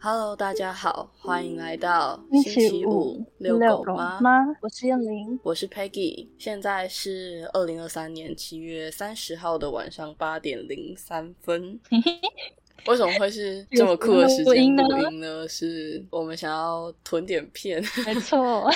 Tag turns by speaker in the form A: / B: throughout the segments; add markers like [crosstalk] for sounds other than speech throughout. A: Hello，大家好，欢迎来到
B: 星
A: 星
B: 期
A: 五
B: 五
A: 遛
B: 遛
A: 狗
B: 狗
A: 吗？
B: 吗？我是
A: [laughs]
B: 燕玲，
A: 我是 Peggy，现在是二零二三年七月三十号的晚上八点零三
B: [laughs]
A: 分。为什么会是这么酷的时
B: 有什
A: 间
B: 么
A: 录
B: 录
A: 音呢？是我们想要囤点片， [laughs]
B: 没错，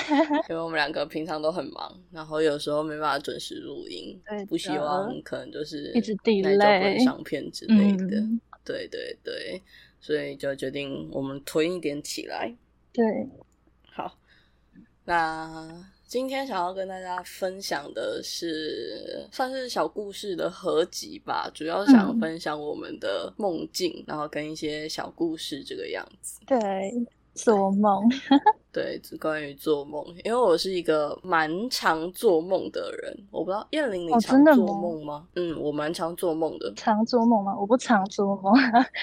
A: 因为我们两个平常都很忙，然后有时候没办法准时录音
B: 对的，
A: 不希望可能就是
B: 一直
A: 那一种
B: delay
A: 不上片之类的。
B: [laughs] 嗯，
A: 对对对，所以就决定我们囤一点起来。
B: 对，
A: 好，那今天想要跟大家分享的是，算是小故事的合集吧，主要想
B: 嗯
A: 分享我们的梦境，然后跟一些小故事这个样子。
B: 对，做梦，
A: 对，只关于做梦，因为我是一个蛮常做梦的人，我不知道燕玲你
B: 哦
A: 常
B: 真的
A: 做
B: 吗
A: 梦吗？嗯，我蛮常做梦的。
B: 常做梦吗？我不常做梦，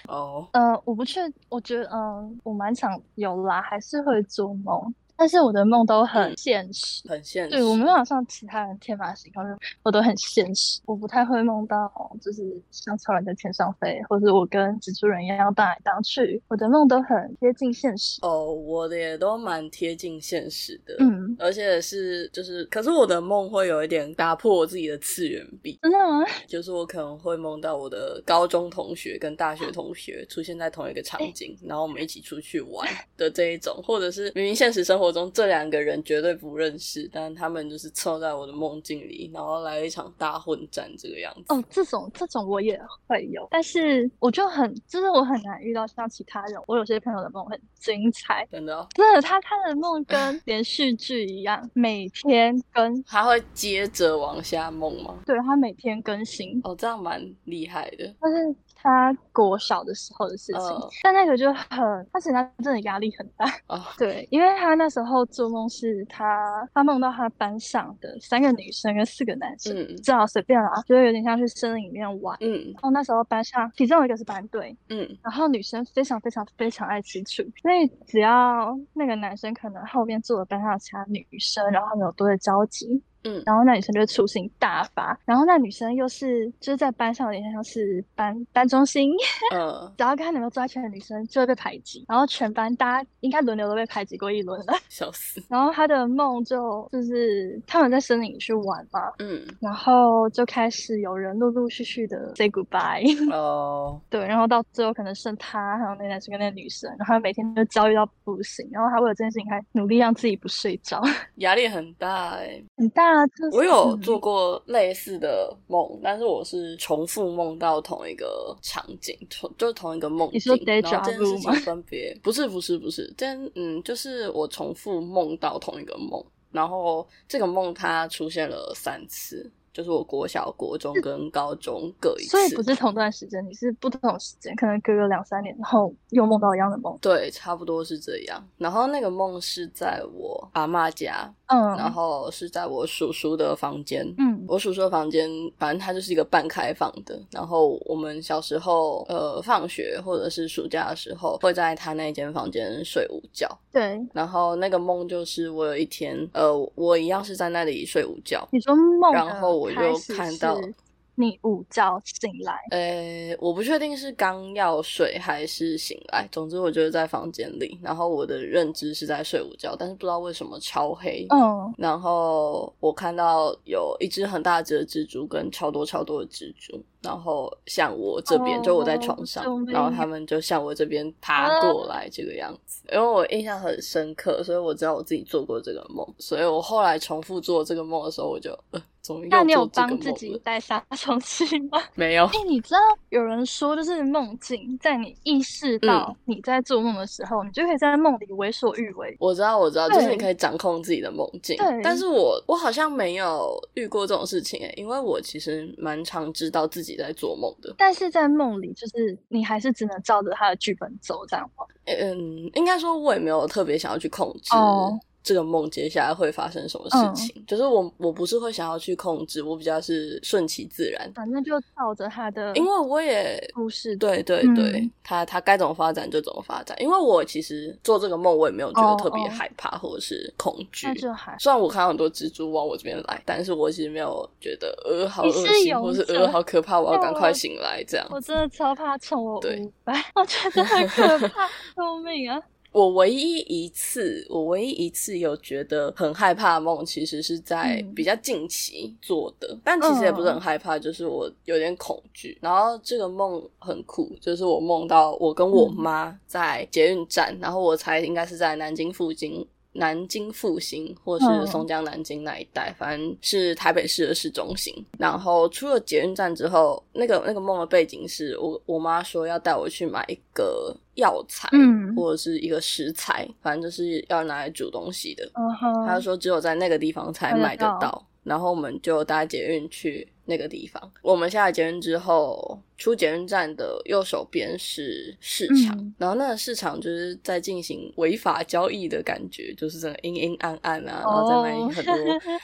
A: 哦，
B: 呃，我不确，我觉得，嗯，我蛮常有啦，还是会做梦，但是我的梦都很现实。
A: 嗯很现实。
B: 对，我没办法像其他人天马行空，就我都很现实，我不太会梦到就是像超人在天上飞，或者我跟蜘蛛人一样要荡来荡去，我的梦都很贴近现实。
A: 哦，我的也都蛮贴近现实的。
B: 嗯，
A: 而且是就是，可是我的梦会有一点打破我自己的次元壁， [laughs]
B: 真的吗？
A: 就是我可能会梦到我的高中同学跟大学同学出现在同一个场景，然后我们一起出去玩的这一种，或者是明明现实生活中这两个人绝对不认识，但他们就是凑在我的梦境里，然后来一场大混战这个样子。
B: 哦，这种这种我也会有，但是我就很，就是我很难遇到像其他人。我有些朋友的梦很精彩，
A: 真的哦、
B: 真的，他他的梦跟连续剧一样，每天更，
A: 他会接着往下梦吗？
B: 对他每天更新，
A: 哦，这样蛮厉害的。
B: 但是他国小的时候的事情，
A: 嗯
B: 但那个就很，而且他真的压力很大。
A: 哦，
B: 对，因为他那时候做梦是他，他梦到他班上的三个女生跟四个男生，
A: 嗯
B: 正好随便啦，就有点像去森林里面玩。
A: 嗯
B: 然后那时候班上其中有一个是班队，
A: 嗯，
B: 然后女生非常非常非常爱吃醋，所以只要那个男生可能后面坐了班上的其他女生，然后他们有多的交集，
A: 嗯
B: 然后那女生就会醋性大发，然后那女生又是就是在班上有点像是班班中心，
A: 呃，
B: 只要跟他能够坐在一起的女生就会被排挤，然后全班大家应该轮流都被排挤过一轮了。 [laughs]
A: 笑死。
B: 然后他的梦就就是他们在森林里去玩嘛，
A: 嗯，
B: 然后就开始有人陆陆续续的 say goodbye。
A: 哦，
B: 对，然后到最后可能剩他，还有那个男生跟那个女生，然后他每天都焦虑到不行，然后他为了这件事情还努力让自己不睡着， [laughs]
A: 压力很大哎、
B: 很大啊。就是
A: 我有做过类似的梦，但是我是重复梦到同一个场景，同就是同一个梦境。
B: 你说 day
A: 然后这件事
B: job
A: 情
B: 吗
A: 分别不是不是不是，但嗯，就是我重复梦到同一个梦，然后这个梦它出现了三次，就是我国小、国中跟高中各一次。
B: 所以不是同段时间，你是不同时间，可能隔个两三年，然后又梦到一样的梦。
A: 对，差不多是这样。然后那个梦是在我阿嬷家，
B: 嗯，
A: 然后是在我叔叔的房间。
B: 嗯
A: 我叔叔的房间，反正它就是一个半开放的。然后我们小时候，呃，放学或者是暑假的时候，会在他那间房间睡午觉。
B: 对，
A: 然后那个梦就是我有一天，呃，我一样是在那里睡午觉。
B: 你说梦的
A: 然后我就
B: 开始
A: 看到
B: 是你午觉醒来，
A: 呃，我不确定是刚要睡还是醒来，总之我就是在房间里。然后我的认知是在睡午觉，但是不知道为什么超黑。
B: 嗯，
A: 然后我看到有一只很大只的蜘蛛跟超多超多的蜘蛛，然后向我这边，
B: 哦
A: 就我在床上
B: 救，命啊
A: 然后他们就向我这边爬过来这个样子。因为我印象很深刻，所以我知道我自己做过这个梦，所以我后来重复做这个梦的时候，我就呃，终于
B: 那你
A: 又
B: 有
A: 做这个
B: 帮自
A: 梦
B: 己
A: 了。
B: 带杀虫剂吗？
A: 没有，
B: 哎、你知道有人说，就是梦境，在你意识
A: 嗯
B: 到你在做梦的时候，你就可以在梦里为所欲为。
A: 我知道，我知道，就是
B: 对
A: 你可以掌控自己的梦境
B: 对。
A: 但是我我好像没有遇过这种事情诶、欸因为我其实蛮常知道自己在做梦的。
B: 但是在梦里，就是你还是只能照着他的剧本走，这样吗？
A: 嗯，应该说我也没有特别想要去控制
B: 哦嗯
A: 这个梦接下来会发生什么事情。就是我我不是会想要去控制，我比较是顺其自然，
B: 反正就照着他的
A: 因为我也
B: 故事
A: 对对
B: 嗯
A: 对，他他该怎么发展就怎么发展。因为我其实做这个梦，我也没有觉得
B: 哦
A: 特别
B: 哦
A: 害怕或者是恐惧
B: 那。就还
A: 虽然我看到很多蜘蛛往我这边来，但是我其实没有觉得呃好
B: 你
A: 恶
B: 是
A: 心，
B: 勇
A: 或是
B: 者
A: 呃好可怕，我要赶快
B: 我
A: 醒来这样。
B: 我真的超怕宠我
A: 对
B: 五百，我觉得
A: [laughs]
B: 很可怕，救命啊！
A: 我唯一一次，我唯一一次有觉得很害怕的梦，其实是在
B: 嗯
A: 比较近期做的，但其实也不是很害怕，就是我有点恐惧。然后这个梦很酷，就是我梦到我跟我
B: 嗯
A: 妈在捷运站，然后我猜应该是在南京附近。南京复兴，或是
B: 嗯
A: 松江南京那一带，反正是台北市的市中心。然后出了捷运站之后，那个那个梦的背景是我我妈说要带我去买一个药材，
B: 嗯
A: 或者是一个食材，反正就是要拿来煮东西的。
B: 嗯哼，
A: 他说只有在那个地方才买得
B: 买得
A: 到，然后我们就搭捷运去那个地方。我们下了捷运之后，出捷运站的右手边是市场，
B: 嗯
A: 然后那个市场就是在进行违法交易的感觉，就是整个阴阴暗暗啊，然后在卖
B: 哦
A: 很多、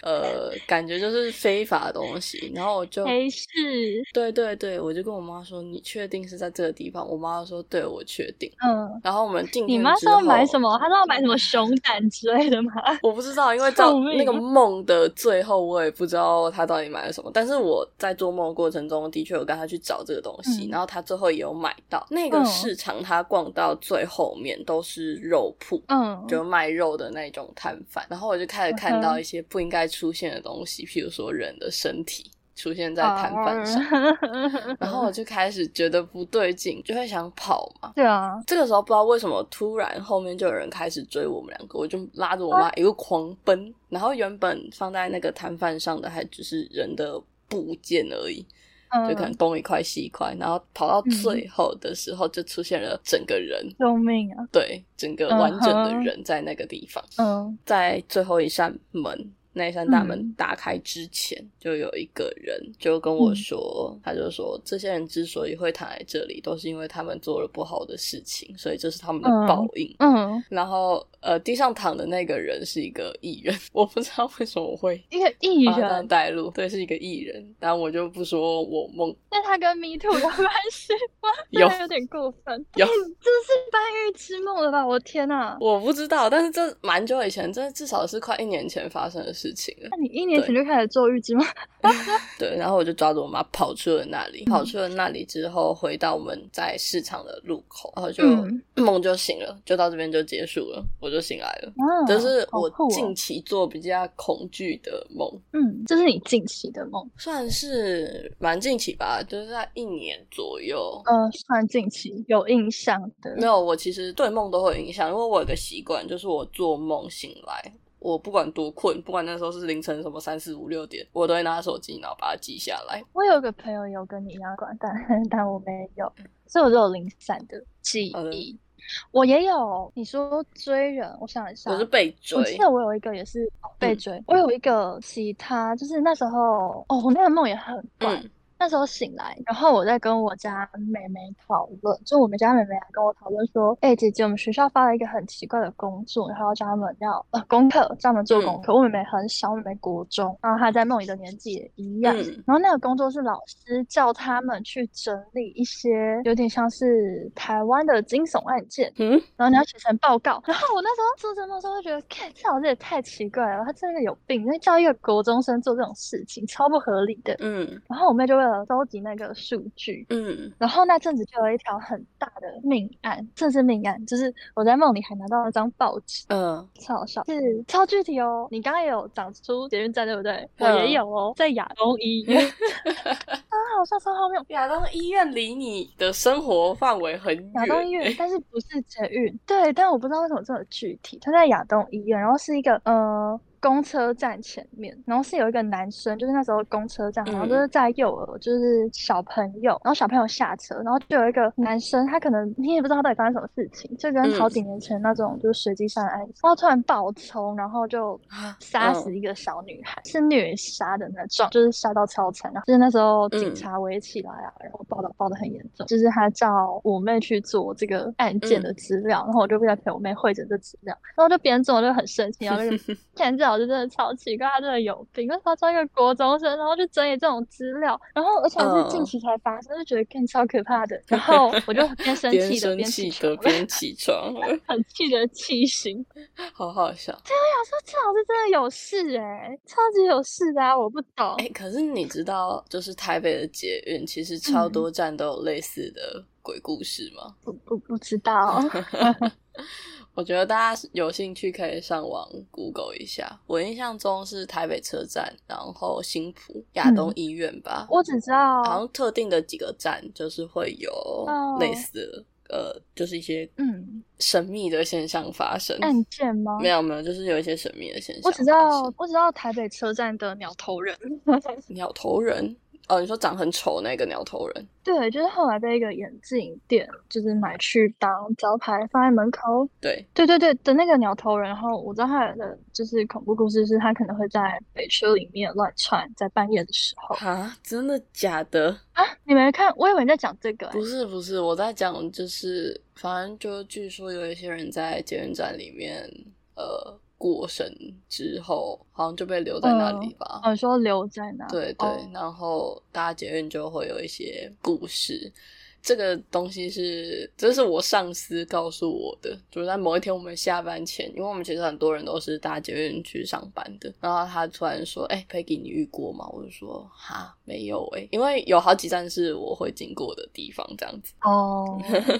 A: 呃，感觉就是非法的东西。然后我就
B: 没事，
A: 对对对，我就跟我妈说：“你确定是在这个地方？”我妈说：“对，我确定。”
B: 嗯，
A: 然后我们进
B: 你
A: 店
B: 妈
A: 之
B: 是要买
A: 后
B: 什么？她是要买什么熊胆之类的吗？
A: 我不知道，因为到
B: 救命
A: 那个梦的最后，我也不知道他到底买了什么。但是我在做梦的过程中，的确有跟他去找这个东西，
B: 嗯
A: 然后他最后也有买到。那个
B: 嗯
A: 市场他逛到最后面都是肉铺。
B: 嗯，
A: 就卖肉的那种摊贩，然后我就开始看到一些不应该出现的东西，譬如说人的身体出现
B: 啊
A: 在摊贩上，
B: 上
A: 然后我就开始觉得不对劲，就会想跑嘛。
B: [laughs] 对啊，
A: 这个时候不知道为什么，突然后面就有人开始追我们两个，我就拉着我妈一路狂奔。然后原本放在那个摊贩上的还只是人的部件而已，
B: 嗯，
A: 就可能东一块西一块。然后跑到最后的时候，就出现了整个人，
B: 救命啊！
A: 对，整个完整的
B: 嗯哼
A: 人在那个地方。
B: 嗯，
A: 在最后一扇门，那一扇大门
B: 嗯
A: 打开之前，就有一个人就跟我说，他就说这些人之所以会躺在这里，都是因为他们做了不好的事情，所以这是他们的
B: 嗯
A: 报应。
B: 嗯，
A: 然后，呃，地上躺的那个人是一个艺人，我不知道为什么我会
B: 一个艺
A: 把他当
B: 人，
A: 带路，对，是一个艺人，但我就不说我梦
B: 但他跟 Me [laughs] Too 有关系吗？
A: 有
B: [laughs] 这有点过分，
A: 有
B: [laughs] 这是半月之梦了吧？我天哪！
A: 我不知道，但是这蛮久以前，这至少是快一年前发生的事情了。
B: 那你一年前就开始做预知梦？
A: 对，然后我就抓着我妈跑出了那里，
B: 嗯
A: 跑出了那里之后，回到我们在市场的路口，然后就、
B: 嗯
A: 梦就醒了，就到这边就结束了，我就醒来了。
B: [laughs] 啊
A: 这是
B: 好
A: 我
B: 酷哦
A: 近期做比较恐惧的梦，
B: 嗯，这是你近期的梦，
A: 算是蛮近期吧，就是在一年左右。
B: 呃，算近期有印象的。
A: 没有，我其实对梦都会有影响，因为我有个习惯，就是我做梦醒来，我不管多困，不管那时候是凌晨什么三四五六点，我都会拿手机，然后把它记下来。
B: 我有个朋友有跟你一样管，但 [laughs] 但我没有，所以我只有零散的记
A: 好的
B: 忆。我也有，你说追人，我想一下，
A: 我是被追，
B: 我记得我有一个也是哦被
A: 嗯
B: 追，我有一个其他，就是那时候哦，我那个梦也很怪。
A: 嗯
B: 那时候醒来，然后我在跟我家妹妹讨论，就我们家妹妹来跟我讨论说，哎、姐姐，我们学校发了一个很奇怪的工作，然后叫他们要呃功课，叫他们做功
A: 嗯
B: 课。我妹妹很小，我妹妹国中，然后她在梦里的年纪也一样。
A: 嗯
B: 然后那个工作是老师叫他们去整理一些有点像是台湾的惊悚案件，
A: 嗯。
B: 然后你要写成报告。然后我那时候做这梦的时候，就觉得，看这老师也太奇怪了，他真的有病，那叫一个国中生做这种事情，超不合理的。
A: 嗯
B: 然后我妹就为了收集那个数据，
A: 嗯
B: 然后那阵子就有一条很大的命案，这是命案，就是我在梦里还拿到了张报纸，
A: 嗯，
B: 超好笑，是超具体哦。你刚刚也有讲出捷运站对不对？我
A: 嗯
B: 也有哦，在亚东医院， [laughs] 超好笑，超荒谬。
A: 亚东医院离你的生活范围很远，
B: 亚东医院，但是不是捷运？对，但我不知道为什么这么具体。它在亚东医院，然后是一个呃，公车站前面，然后是有一个男生，就是那时候公车站，然后就是在幼儿，就是小朋友，然后小朋友下车，然后就有一个男生，他可能你也不知道他到底发生什么事情，就跟好几年前那种就是随机杀人案，然后突然爆冲，然后就杀死一个小女孩，是虐杀的那种，就是杀到超惨，啊然后就是那时候警察围起来啊，然后报道报的很严重，就是他叫我妹去做这个案件
A: 嗯
B: 的资料，然后我就不想陪我妹汇整这资料，然后就边做我就很生气，然后那
A: [laughs]
B: 个前这老师真的超奇怪，他真的有病，为什么招一个国中生，然后去整理这种资料，然后而且还是
A: 嗯
B: 近期才发生，就觉得更超可怕的，然后我就边生
A: [laughs]
B: 气的
A: 边
B: 起
A: 床，边起床，
B: 很气的气醒，
A: 好好笑。
B: 对，我想说这老师真的有事哎，超级有事的啊，我不懂。
A: [laughs] 哎，可是你知道，就是台北的捷运，其实超多站都有类似的鬼故事吗？
B: 不不不知
A: [laughs]
B: 道。
A: 我觉得大家有兴趣可以上网 Google 一下。我印象中是台北车站，然后新浦亚东医院吧、
B: 嗯。我哦只知道，
A: 好像特定的几个站就是会有类似的，哦、呃，就是一些
B: 嗯
A: 神秘的现象发生。
B: 案件吗？
A: 没有没有，就是有一些神秘的现象。
B: 我只知道，我只知道台北车站的鸟头
A: [laughs]
B: 人。
A: 鸟头人。哦，你说长很丑那个鸟头人？
B: 对，就是后来被一个眼镜店就是买去当招牌放在门口。
A: 对，
B: 对对对的那个鸟头人，然后我知道他的就是恐怖故事是他可能会在北车里面乱窜，在半夜的时候。
A: 啊，真的假的？
B: 啊，你没看？我以为你在讲这个、欸。
A: 不是不是，我在讲就是，反正就据说有一些人在捷运站里面，呃。过身之后，好像就被留在那里吧。
B: 嗯、哦，说留在那。
A: 对对，哦、然后大家捷运就会有一些故事。这个东西是，这是我上司告诉我的，就是在某一天我们下班前，因为我们其实很多人都是搭捷运去上班的，然后他突然说：“哎、欸、，Peggy，你遇过吗？”我就说：“哈，没有哎、欸，因为有好几站是我会经过的地方，这样子。” [laughs]
B: 哦，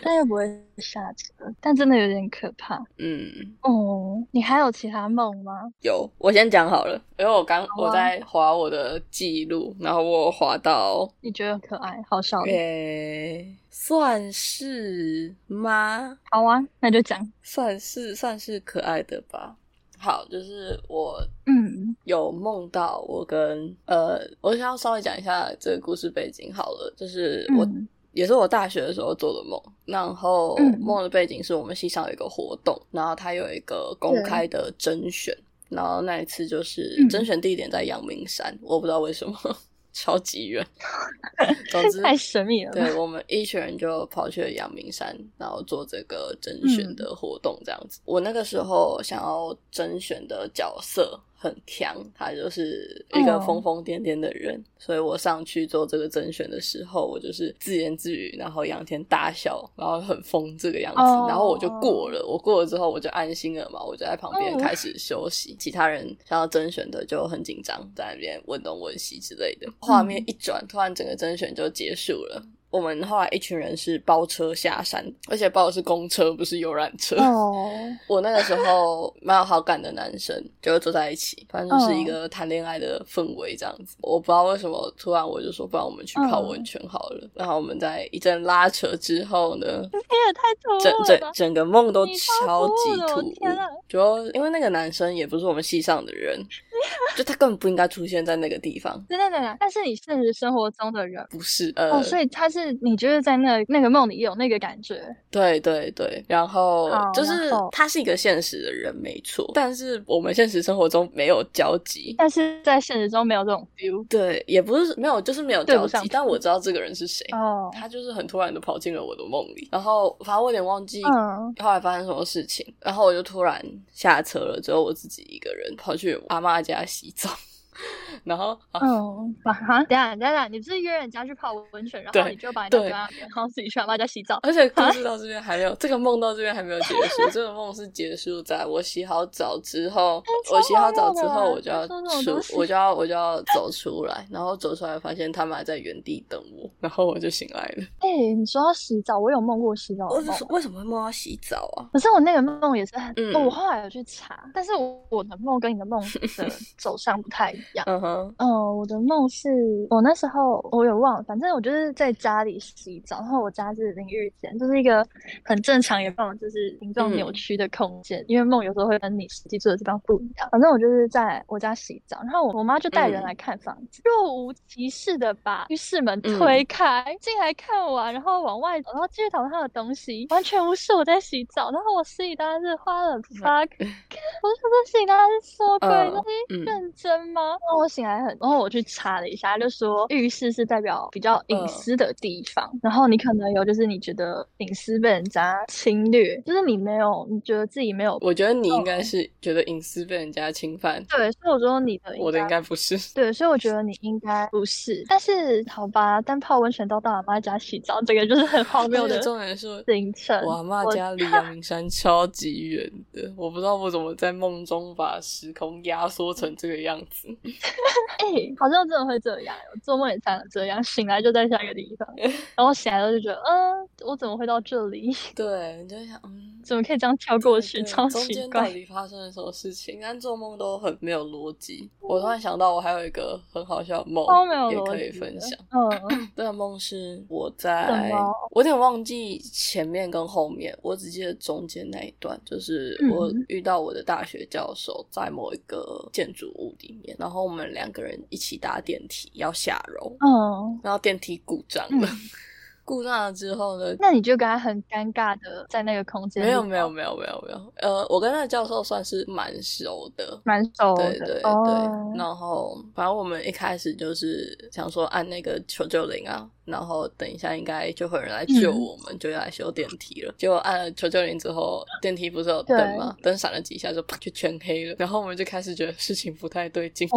B: 但又不会下车，但真的有点可怕。
A: 嗯，
B: 哦，你还有其他梦吗？
A: 有，我先讲好了，因为我刚、啊、我在划我的记录，然后我划到
B: 你觉得可爱，好笑的。
A: 欸算是吗？
B: 好啊，那就讲。
A: 算是算是可爱的吧。好，就是我
B: 嗯
A: 有梦到我跟呃，我想要稍微讲一下这个故事背景好了。就是我、
B: 嗯、
A: 也是我大学的时候做的梦，然后梦的背景是我们系上有一个活动，然后它有一个公开的甄选，然后那一次
B: 嗯
A: 就是甄选地点在阳明山，嗯、我不知道为什么。 [laughs] 超级远，总之
B: 太神秘了。
A: 对我们一群人就跑去了阳明山，然后做这个甄选的活动，这样子。嗯、我那个时候想要甄选的角色很强，他就是一
B: 嗯
A: 个疯疯癫癫的人，哦、所以我上去做这个甄选的时候，我就是自言自语，然后仰天大笑，然后很疯这个样子，
B: 哦、
A: 然后我就过了。我过了之后，我就安心了嘛，我就在旁
B: 嗯
A: 边开始休息。哦、其他人想要甄选的就很紧张，在那边问东问西之类的。画
B: 嗯
A: 面一转，突然整个甄选就结束了。我们后来一群人是包车下山，而且包的是公车，不是游览
B: [laughs]
A: 车。
B: 哦，
A: 我那个时
B: [laughs]
A: 候蛮有好感的男生，就坐在一起，反正
B: 嗯
A: 就是一个谈恋爱的氛围这样子。我不知道为什么突然我就说，不然我们去泡
B: 嗯
A: 温泉好了。然后我们在一阵拉扯之后呢，
B: 你也啊太突
A: 整整整个梦都超级突兀，
B: 主
A: 要因为那个男生也不是我们系上的人。
B: 啊
A: 就他根本不应该出现在那个地方。
B: 对对对，但是你现实生活中的人
A: 不是呃，
B: 哦，所以他是你就是在那那个梦里有那个感觉。
A: 对对对，然后就是他是一个现实的人没错，但是我们现实生活中没有交集，
B: 但是在现实中没有这种 feel。
A: 对，也不嗯是没有，就是没有交集。但我知道这个人是谁，
B: 哦，
A: 他就是很突然的跑进了我的梦里，然后反正我有点忘
B: 嗯
A: 记后来发生什么事情，然后我就突然下车了，只有我自己一个人跑去阿妈家。洗澡，然后
B: 嗯，啊哈，等下等下，你不是约人家去泡温泉，然后你就把人家然后自己去妈家洗澡，
A: 而且故事到这边还没有，这个梦到这边还没有结束，这个梦是结束在我洗好澡之后，我洗哎好啊澡之后我就要出，我就要我就要走出来，然后走出来发现他们还在原地等我，然后我就醒来了。
B: 哎，你说要洗澡，我有梦过洗澡，
A: 我为什么会梦到洗澡啊？
B: 可是我那个梦也是
A: 嗯 [laughs]
B: 很，我后来有去查，但是我的梦跟你的梦的走向不太一样，
A: 嗯
B: 嗯，我的梦是我那时候我有忘了，反正我就是在家里洗澡，然后我家是淋浴间，就是一个很正常也让我就是形状扭曲的空间，因为梦有时候会跟你实际住的地方不一样。反正我就是在我家洗澡，然后我我妈就带人来看房子，若无其事的把浴室门推开，进来看完，然后往外走，然后继续讨论她的东西，完全无视我在洗澡，然后我心里当然是花了 fuck，我就 [laughs] 说这心里当然是什么鬼
A: 嗯
B: 东西。
A: 嗯
B: 认真吗？然后我醒来很，然后我去查了一下，就说浴室是代表比较隐私的地方，然后你可能有就是你觉得隐私被人家侵略，就是你没有，你觉得自己没有
A: 我觉得你应该是觉得隐私被人家侵犯，
B: 对，所以我说你的
A: 我的应
B: 该。
A: 该不 [laughs] 是。
B: 对，所以我觉得你应该不是，但是好吧，但泡温泉到大阿妈家洗澡，这个就是很荒
A: 没
B: 谬
A: 有
B: [laughs] 的
A: 重点是，
B: 行程。
A: 我阿妈
B: 我
A: 家离阳明山超级远的，我不知道我怎么在梦中把时空压缩成这个样子。 [laughs]
B: 哎、好像真的会这样，我做梦也常常这样，醒来就在下一个 [laughs] 地方，然后醒来后就觉得，嗯，我怎么会到这里？
A: 对，你就会想，嗯，
B: 怎么可以这样跳过去？
A: 对
B: 超
A: 中
B: 奇
A: 间到
B: 怪。
A: 底发生了什么事情？但做梦都很没有逻辑。我突然想到，我还有一个很好笑的梦
B: 超没有，
A: 也
B: 逻
A: 可以
B: 辑
A: 分
B: 的
A: 享。
B: 嗯，
A: 这个梦是我
B: 什
A: 在
B: 么，
A: 我有点忘记前面跟后面，我只记得中间那一段，就是
B: 嗯
A: 我遇到我的大学教授在某一个建筑物里面，然后我们两个人一起搭电梯要下楼，
B: 嗯，
A: 然后电梯故障了， [laughs] 故障了之后呢，
B: 那你就跟他很尴尬的在那个空间里
A: 没有
B: 面，
A: 没有没有没有没有，呃，我跟那个教授算是蛮熟的，
B: 蛮熟的，
A: 对对对，
B: 哦
A: 然后反正我们一开始就是想说按那个求救铃啊，然后等一下应该就会有人来
B: 嗯
A: 救我们，就来修电梯了。结果按了求救铃之后，电梯不是有灯吗？灯闪了几下就啪就全黑了，然后我们就开始觉得事情不太对劲，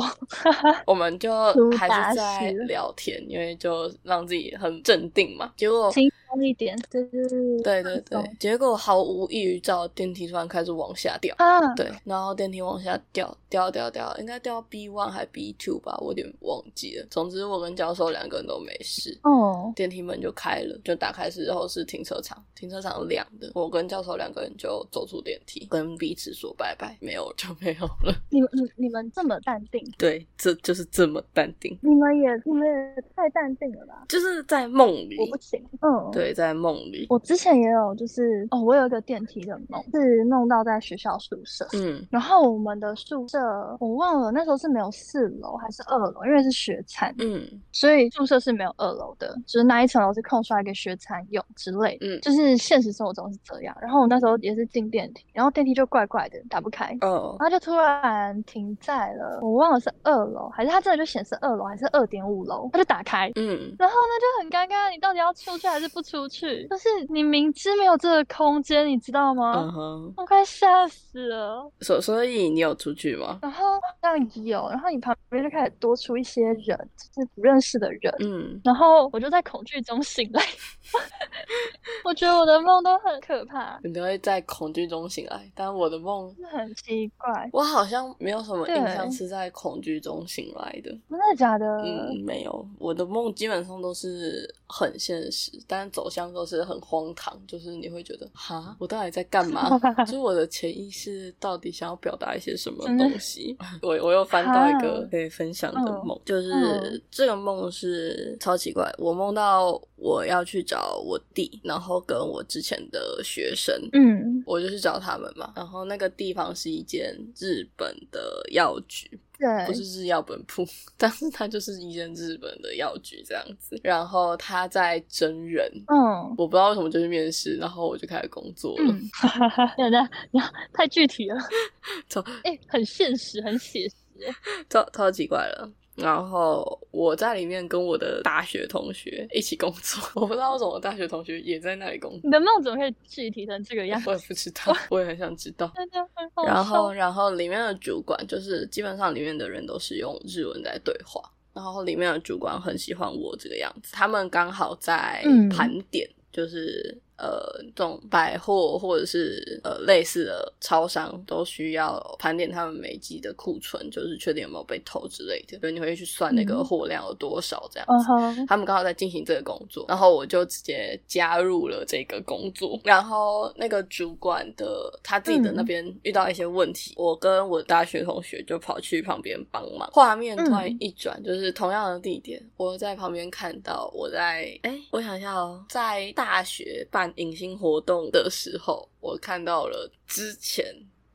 A: 我们就
B: 苏
A: 还
B: 打
A: 是在
B: 石
A: 聊天，因为就让自己很镇定嘛。结果
B: 轻松一点，对对对
A: 对对对
B: 放松，
A: 结果毫无异于照电梯突然开始往下掉。
B: 啊，
A: 对，然后电梯往下掉，掉掉掉，应该掉 B one 还 B two 吧，我有点忘记了。总之，我跟教授两个人都没事。
B: 哦，
A: 电梯门就开了，就打开之后是停车场，停车场亮的。我跟教授两个人就走出电梯，跟彼此说拜拜，没有就没有了。 [laughs]
B: 你们你你们这么淡定，
A: 对，这就是这么淡定，
B: 你们也你们也太淡定了吧？
A: 就是在梦里
B: 我。不行，嗯，。
A: 对，在梦里。
B: 我之前也有，就是哦，我有一个电梯的梦，是梦到在学校宿舍，
A: 嗯
B: 然后我们的宿舍我忘了，那时候是没有四楼还是二楼，因为是学餐，
A: 嗯
B: 所以宿舍是没有二楼的，就是那一层楼是空出来给学餐用之类的。
A: 嗯
B: 就是现实生活中是这样。然后我那时候也是进电梯，然后电梯就怪怪的，打不开。
A: 哦
B: 然后就突然停在了，我忘了是二楼还是它真的就显示二楼还是二点五楼，它就打开，
A: 嗯，
B: 然后呢就很尴尬，你到底要出去还是不出去？就是你明知没有这个空间，你知道吗？
A: 嗯哼。
B: 我快吓死了。
A: 所所以你有出去吗？
B: 然后这样有，然后你旁边就开始多出一些人，就是不认识的人。
A: 嗯
B: 然后我就在恐惧中醒来， [laughs] 我觉得我的梦都很可怕，
A: 你都会在恐惧中醒来，但我的梦
B: 就是很奇怪，
A: 我好像没有什么印象
B: 对
A: 是在恐惧中醒来的。
B: 真的假的？
A: 嗯，没有，我的梦基本上都是很现实，但走向都是很荒唐，就是你会觉得哈，我到底在干嘛？ [laughs] 就是我的潜意识到底想要表达一些什么东
B: [laughs]
A: 西？我我又翻到一个
B: 嗯哈
A: 可以分享的
B: 嗯
A: 梦，就是、
B: 嗯
A: 这个梦是超奇怪，我梦到我要去找我弟，然后跟我之前的学生，
B: [laughs] 嗯，
A: 我就去找他们嘛。然后那个地方是一间日本的药局，
B: 对，
A: 不是日药本铺， [laughs] 但是它就是一间日本的药局这样子。然后他在真人，
B: 嗯
A: 我不知道为什么就去面试，然后我就开始工作了。 [laughs]
B: 嗯，等等，你要太具体了，
A: 超
B: 哎、很现实，很写实，
A: 超超奇怪了。然后我在里面跟我的大学同学一起工作， [laughs] 我不知道为什么我大学同学也在那里工作，
B: 你的梦怎么会具体成这个样子？ [laughs]
A: 我也不知道，我也很想知道。
B: 真的很好
A: 然后，
B: 笑
A: 然后里面的主管就是基本上里面的人都是用日文在对话，然后里面的主管很喜欢我这个样子，他们刚好在
B: 嗯
A: 盘点，就是呃这种百货或者是呃类似的超商都需要盘点他们每季的库存，就是确定有没有被偷之类的，所以你会去算那个货量有多少这样
B: 嗯
A: 子。
B: 哼，
A: 他们刚好在进行这个工作，然后我就直接加入了这个工作。然后那个主管的他自己的那边遇到一些问题，我跟我大学同学就跑去旁边帮忙。画面突然一转，就是同样的地点，我在旁边看到我在哎，我想一下哦，在大学办迎新活动的时候，我看到了之前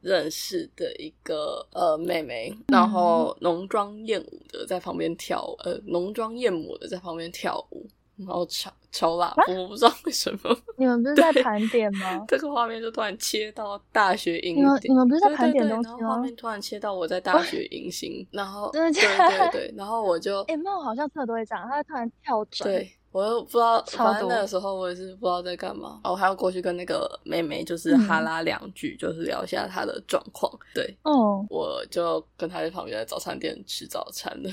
A: 认识的一个呃妹妹，然后
B: 嗯
A: 浓妆艳舞的在旁边跳舞，呃浓妆艳抹的在旁边跳舞，然后超超辣，
B: 啊
A: 我不知道为什么
B: 你们不是在盘点
A: [laughs]
B: 吗？
A: 这个画面就突然切到大学迎
B: 你们你
A: 新。
B: 们不是在
A: 对
B: 盘
A: 对
B: 点
A: 对，
B: 东
A: 然
B: 西
A: 后画
B: 吗？
A: 面突然切到我在大学迎新，然后
B: [laughs] 真的
A: 对
B: 假
A: 对
B: 的
A: 对，然后我就
B: [laughs] 哎、那我好像真的都会这样，他会突然跳转，
A: 对，我又不知道，
B: 超
A: 反正那
B: 多
A: 个时候我也是不知道在干嘛。哦，还要过去跟那个妹妹就是哈
B: 嗯
A: 拉两句，就是聊一下她的状况。对，
B: 哦，
A: 我就跟她在旁边的早餐店吃早餐
B: [laughs]
A: 了。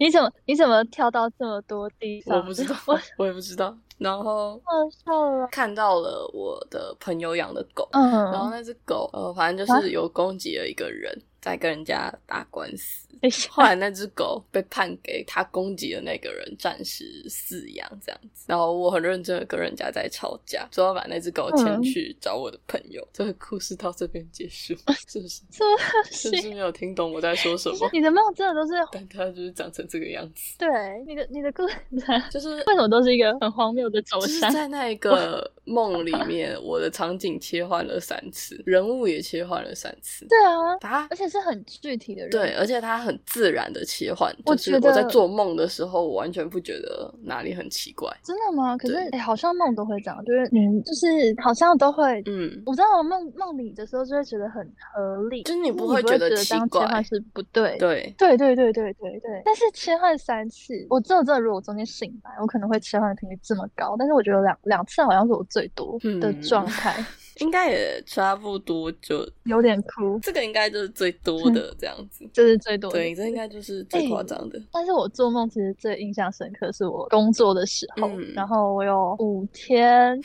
B: 你怎么你怎么跳到这么多地方？
A: 我不知道
B: [laughs] 我，
A: 我也不知道。然后
B: 好笑了。
A: 看到了我的朋友养的狗，然后
B: 嗯，
A: 那只狗呃，反正就是有攻击了一个人，在跟人家打官司。
B: 等一下
A: 后来那只狗被判给他攻击的那个人暂时饲养这样子，然后我很认真的跟人家在吵架，最后把那只狗牵
B: 嗯
A: 去找我的朋友。这个故事到这边结
B: [laughs]
A: 束，是不是？
B: 什么东
A: 是
B: 西
A: 不？是没有听懂我在说什
B: 你是
A: 么？
B: 你的梦真的都是
A: 但它就是长成这个样子，
B: 对你的你的故事， [laughs]
A: 就是
B: 为什么都是一个很荒谬的走
A: 就是
B: 向？
A: 在那个梦里面，我的场景切换了三次，人物也切换了三次。
B: [laughs] 对啊，
A: 它
B: 而且是很具体的人。
A: 对，，而且它很自然的切换，
B: 我
A: 就是
B: 觉
A: 我在
B: 得
A: 做梦的时候，我完全不觉得哪里很奇怪。
B: 真的吗？可是
A: 对
B: 哎、好像梦都会这样，就是嗯，就是好像都会。
A: 嗯，
B: 我知道我梦梦里的时候就会觉得很合理，
A: 就是你不
B: 会
A: 会觉得
B: 得
A: 奇
B: 这样切
A: 怪
B: 换是不对。
A: 对，
B: 对对对对对对，但是切换三次，我只有这如果我中间醒来，我可能会切换的频率这么高，但是我觉得两两次好像是我最多的
A: 嗯 [laughs]
B: 状态，
A: 应该也差不多就，
B: 有点哭，
A: 这个应该就是最多的这样子。
B: 这是最多的一
A: 对，
B: 次。
A: 这应该就是
B: 哎
A: 最夸张的。
B: 但是我做梦其实最印象深刻是我工作的时候，
A: 嗯
B: 然后我有五天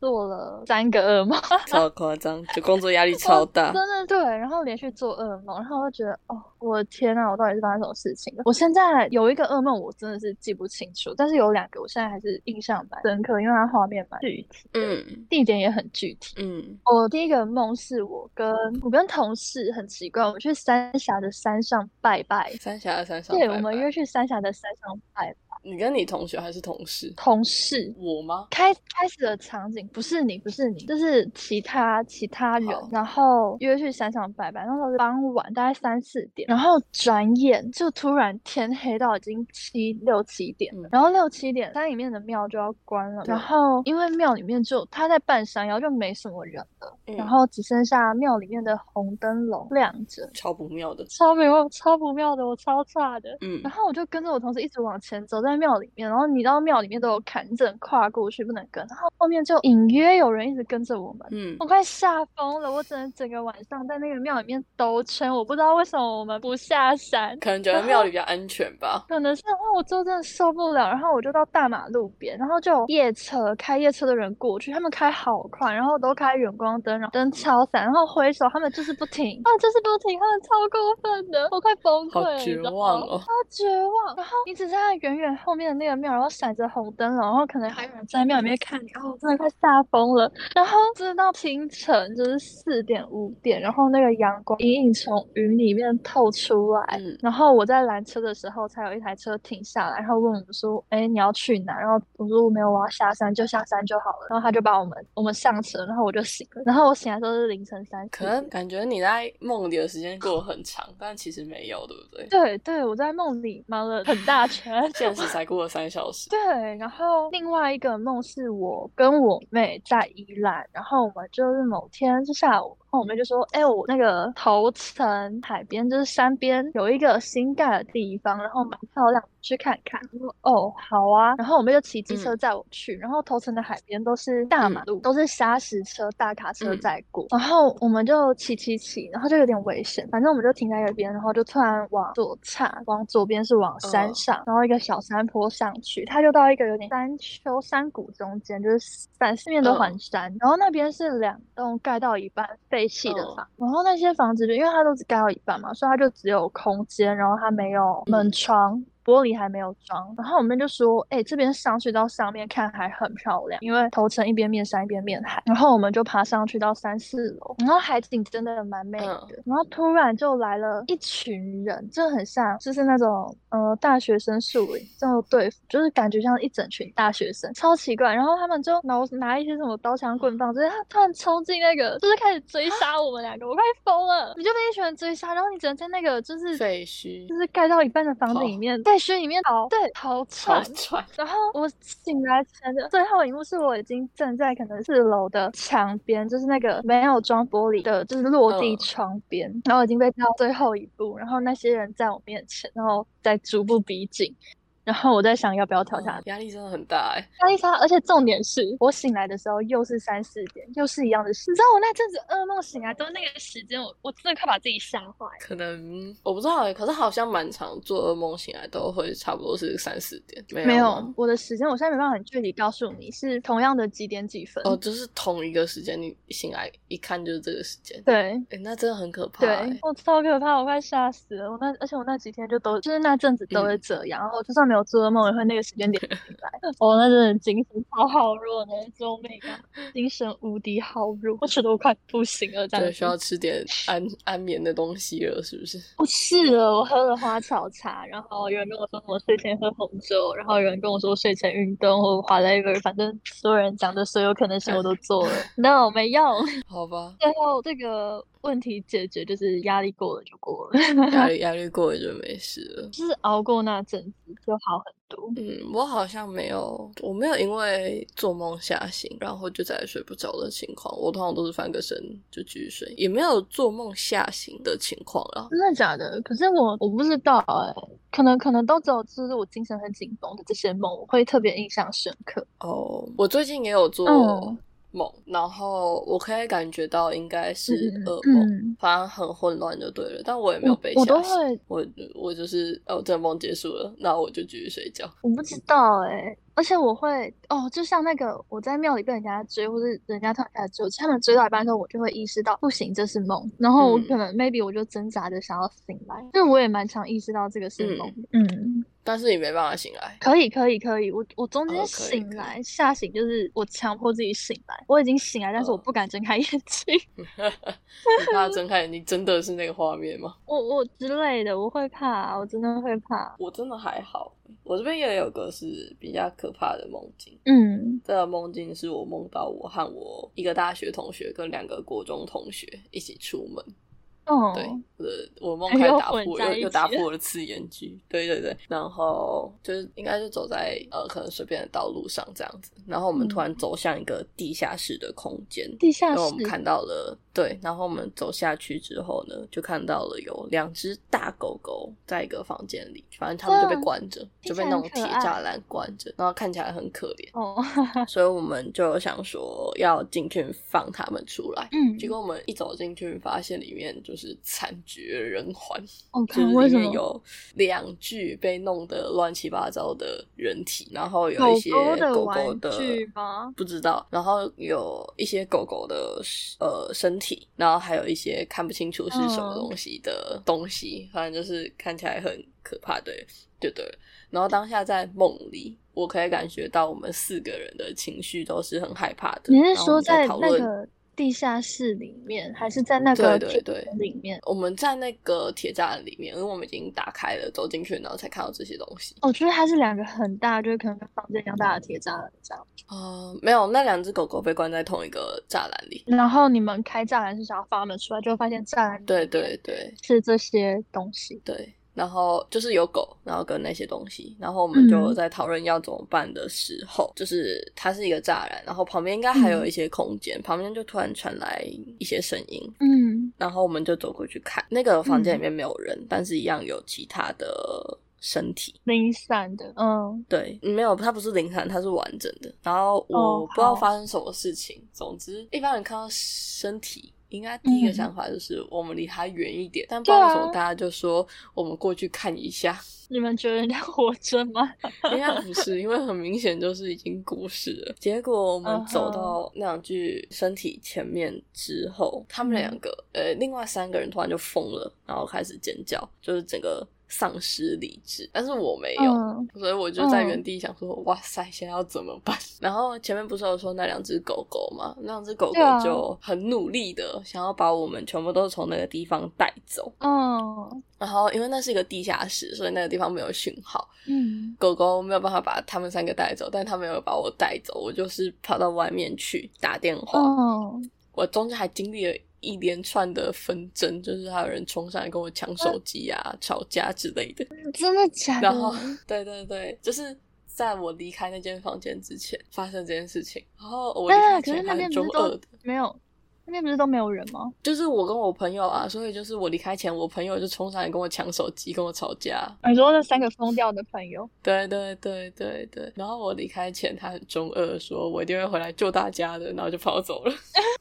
B: 做了三个噩梦，
A: 超夸张，就工作压力超大
B: 真。的对，然后连续做噩梦，然后我就觉得哦，我的天呐，我到底是发生什么事情了？我现在有一个噩梦，我真的是记不清楚，但是有两个我现在还是印象蛮深刻，因为它画面蛮具体，
A: 嗯
B: 地点也很具体。
A: 嗯
B: 我第一个梦是我跟我跟同事很奇怪，我们去三峡的山上拜拜，
A: 三峡的山上拜
B: 对，
A: 拜，
B: 我们约去三峡的山上拜拜
A: 你跟你同学还是同事？
B: 同事，
A: 我吗？
B: 开开始的场景不是你，不是你，就是其他其他人
A: 好，
B: 然后约去山上拜拜，那时候是傍晚，大概三四点，然后转眼就突然天黑到已经七六七点了，
A: 嗯
B: 然后六七点山里面的庙就要关了，
A: 对
B: 然后因为庙里面就它在半山腰，就没什么人了，
A: 嗯
B: 然后只剩下庙里面的红灯笼亮着，
A: 超不妙的。
B: 超没有超不妙的，我超差的。
A: [laughs] 嗯
B: 然后我就跟着我同事一直往前走，在庙里面，然后你到庙里面都有坎，你只能跨过去，不能跟。然后后面就隐约有人一直跟着我们，
A: 嗯
B: 我快吓疯了，我只能整个晚上在那个庙里面兜圈，我不知道为什么我们不下山。
A: 可能觉得庙里比较安全吧。
B: 可能是因为我就真的受不了，然后我就到大马路边，然后就有夜车开夜车的人过去，他们开好快，然后都开远光灯，然后灯超闪，然后挥手，他们就是不停，他们就是不停，他们超过分的，我快崩溃
A: 好
B: 了，你
A: 绝
B: 知道
A: 望
B: 吗
A: 哦
B: 超绝望。然后你只是在远远后面的那个庙，然后闪着红灯，然后可能还有人在庙里面看你，哦，我真的快吓疯了。然后直到清晨，就是四点五点，然后那个阳光隐隐从云里面透出
A: [laughs]
B: 来，
A: 嗯
B: 然后我在拦车的时候，才有一台车停下来，然后问我们说：“哎，你要去哪？”然后我说：“我没有，我要下山，就下山就好了。”然后他就把我们我们上车，然后我就醒了。然后我醒来的时候是凌晨三
A: 可
B: 四
A: 能
B: 点。
A: 感觉你在梦里的时间过得很长，但其实没有，对不对？
B: 对对，我在梦里忙了很大圈。
A: 现实才过了三小时。
B: 对，然后另外一个梦是我跟我妹在宜兰，然后我们就是某天就下午后我妹就说：“哎、我那个头城海边就是山边有一个新盖的地方，然后蛮漂亮，去看看。”我说：“哦，好啊。”然后我妹就骑机车载我去，然后头城的海边都是大马路，都是砂石车、大卡车
A: 嗯
B: 在过，然后我们就骑骑骑，然后就有点危险，反正我们就停在一边，然后就突然往左岔，往左边是往山
A: 嗯
B: 上，然后一个小山坡上去，它就到一个有点山丘、山谷中间，就是反四面都
A: 嗯
B: 环山，然后那边是两栋盖到一半废弃的
A: 嗯
B: 房，然后那些房子就因为它都只盖到一半嘛，所以它就只有空间，然后它没有门
A: 嗯
B: 窗。玻璃还没有装，然后我们就说，哎、这边上去到上面看还很漂亮，因为头城一边面山一边面海，然后我们就爬上去到三四楼，然后海景真的蛮美的
A: 嗯，
B: 然后突然就来了一群人，就很像就是那种呃大学生树林这种对付，就是感觉像一整群大学生，超奇怪，然后他们就拿拿一些什么刀枪棍棒，就是他突然冲进那个，就是开始追
A: 啊
B: 杀我们两个，我快疯了，你就被一群人追杀，然后你只能在那个就是
A: 废墟
B: 就是盖到一半的房子里
A: 逃
B: 面，废墟里面逃，对，逃
A: 超
B: 窜。
A: 喘，
B: 然后我醒来前的最后一幕是我已经站在可能四楼的墙边，就是那个没有装玻璃的，就是落地
A: 嗯
B: 窗边，然后已经被到最后一步，然后那些人在我面前，然后在逐步逼近，然后我在想要不要跳下
A: 嗯压力真的很大哎、
B: 压力山，而且重点是我醒来的时候又是三四点，又是一样的事。你知道我那阵子噩梦醒来都那个时间，我我真的快把自己吓坏了。
A: 可能我不知道哎、可是好像蛮常做噩梦，醒来都会差不多是三四点，没有
B: 没
A: 吗
B: 有，我的时间我现在没办法很具体告诉你是同样的几点几分。
A: 哦，就是同一个时间，你醒来一看就是这个时间。
B: 对，
A: 哎、那真的很可怕、
B: 对
A: 欸。，
B: 我超可怕，我快吓死了。我那而且我那几天就都就是那阵子都会
A: 嗯
B: 这样，然后就算没有做噩梦，也会那个时间点醒来。我那阵子精神超好弱呢，救命啊！精神无敌好弱，我觉得我快不行了，这样
A: 对，
B: 子
A: 需要吃点安安眠的东西了，是不
B: [laughs]
A: 是？
B: 不哦是了，我喝了花草茶，然后有人跟我说我睡前喝红酒，然后有人跟我说睡前运动或 whatever，反正所有人讲的所有可能性我都做了
A: [laughs]
B: ，no 没用。 [laughs]
A: 好吧，
B: 最后这个问题解决就是压力过了就过了。
A: [laughs] 压力压力过了就没事了。
B: 就是熬过那阵子就好很多。
A: 嗯，我好像没有，我没有因为做梦吓醒，然后就再也睡不着的情况。我通常都是翻个身就继续睡，也没有做梦吓醒的情况啦。
B: 真的假的？可是我我不知道哎、可能可能都只有就是我精神很紧绷的这些梦，我会特别印象深刻。
A: 哦，我最近也有做
B: 嗯
A: 梦，然后我可以感觉到应该是
B: 嗯
A: 噩梦，
B: 嗯，
A: 反正很混乱就对了。但我也没有被
B: 我我都
A: 吓醒，
B: 会，
A: 我我就是哦，这个梦结束了，那我就继续睡觉。
B: 我不知道哎、而且我会哦，就像那个我在庙里被人家追，或是人家突然开始追我，他们追到一半的时候，我就会意识到不行，这是梦。然后我
A: 嗯
B: 可能、maybe 我就挣扎着想要醒来，就是我也蛮常意识到这个是梦的。嗯，
A: 但是你没办法醒 [laughs] 来。
B: 可以，可以，可以。我我中
A: 哦
B: 间
A: 可以
B: 醒
A: 可以
B: 来、吓醒，就是我强迫自己醒来。我已经醒来，但是我
A: 哦
B: 不敢睁开眼睛， [laughs]
A: 你怕睁开眼睛真的是那个画面吗？
B: 我我之类的，我会怕，我真的会怕。
A: 我真的还好，我这边也有个是比较可怕的梦境。
B: 嗯，
A: 这个梦境是我梦到我和我一个大学同学跟两个国中同学一起出门，
B: 哦，
A: 对，我的我梦
B: 哎
A: 开
B: 又
A: 始打
B: 混
A: 破，
B: 在
A: 又
B: 一
A: 又打
B: 起了
A: 破我的次元居，对对对，然后就是应该是走在呃可能随便的道路上这样子，然后我们突然走向一个地下室的空间，
B: 地下
A: 然后我
B: 室
A: 们看到了，对，然后我们走下去之后呢，就看到了有两只大狗狗在一个房间里，反正它们就被
B: 哇
A: 关着，就
B: 听起
A: 被
B: 来
A: 那
B: 很
A: 种
B: 可
A: 铁
B: 爱
A: 栅栏关着，然后看起来很可
B: [laughs]
A: 怜，
B: 哦，
A: [laughs] 所以我们就想说要进去放它们出来。
B: 嗯，
A: 结果我们一走进去，发现里面就是惨绝人寰，
B: 我
A: 就
B: 看
A: 是
B: 为
A: 里
B: 什
A: 面
B: 么
A: 有两具被弄得乱七八糟的人体，然后有
B: 狗
A: 一些
B: 狗的
A: 狗狗
B: 玩
A: 的
B: 具吗
A: 不知道，然后有一些狗狗的呃身体，然后还有一些看不清楚是什么
B: 嗯
A: 东西的东西，反正就是看起来很可怕，对，就对了。然后当下在梦里，我可以感觉到我们四个人的情绪都是很害怕的。
B: 你是
A: 然后我
B: 说
A: 们在
B: 在
A: 讨
B: 那
A: 论
B: 个地下室里面，还是在那个
A: 对
B: 铁
A: 对对
B: 门里面？
A: 我们在那个铁栅栏里面，因为我们已经打开了，走进去，然后才看到这些东西。
B: 我觉得哦它是两个很大，就是可能跟房间一样大的铁栅栏这样。
A: 呃，没有，那两只狗狗被关在同一个栅栏里。
B: 然后你们开栅栏是想要放它们出来，就发现栅栏里
A: 对
B: 面
A: 对对
B: 是这些东西。
A: 对，然后就是有狗，然后跟那些东西，然后我们就在讨论要怎么办的时候，嗯、就是它是一个栅栏，然后旁边应该还有一些空间，嗯、旁边就突然传来一些声音，
B: 嗯，
A: 然后我们就走过去看，那个房间里面没有人，嗯、但是一样有其他的。身体
B: 零散的，嗯，
A: 对，哦没有，它不是零散，它是完整的。然后我不知道发生什么事情，哦、总之一般人看到身体，应该第一个想法就是我们离它远一点。嗯、但不知道为什么大家就说我们过去看一下。
B: 你们觉得人家活着吗？
A: 应该不是，因为很明显就是已经过世了。结果我们走到那两具身体前面之后，他们两个，呃，另外三个人突然就疯了，然后开始尖叫，就是整个。丧失理智，但是我没有，嗯、所以我就在原地想说，嗯、哇塞，现在要怎么办？ [laughs] 然后前面不是有说那两只狗狗吗？那两只狗狗就很努力的想要把我们全部都从那个地方带走。
B: 嗯，
A: 然后因为那是一个地下室，所以那个地方没有讯号。
B: 嗯，
A: 狗狗没有办法把他们三个带走，但他没有把我带走，我就是跑到外面去打电话。
B: 嗯、
A: 我中间还经历了。一连串的纷争，就是还有人冲上来跟我抢手机啊、嗯、吵架之类的。
B: 真的假的？
A: 然后，对对对，就是在我离开那间房间之前发生这件事情。然后我离开前啊还是中二的，
B: 没有。那边不是都没有人吗？
A: 就是我跟我朋友啊，所以就是我离开前，我朋友就冲上来跟我抢手机，跟我吵架。
B: 你说那三个疯掉的朋友？
A: 对对对对对。然后我离开前，他很中二，说我一定会回来救大家的，然后就跑走了。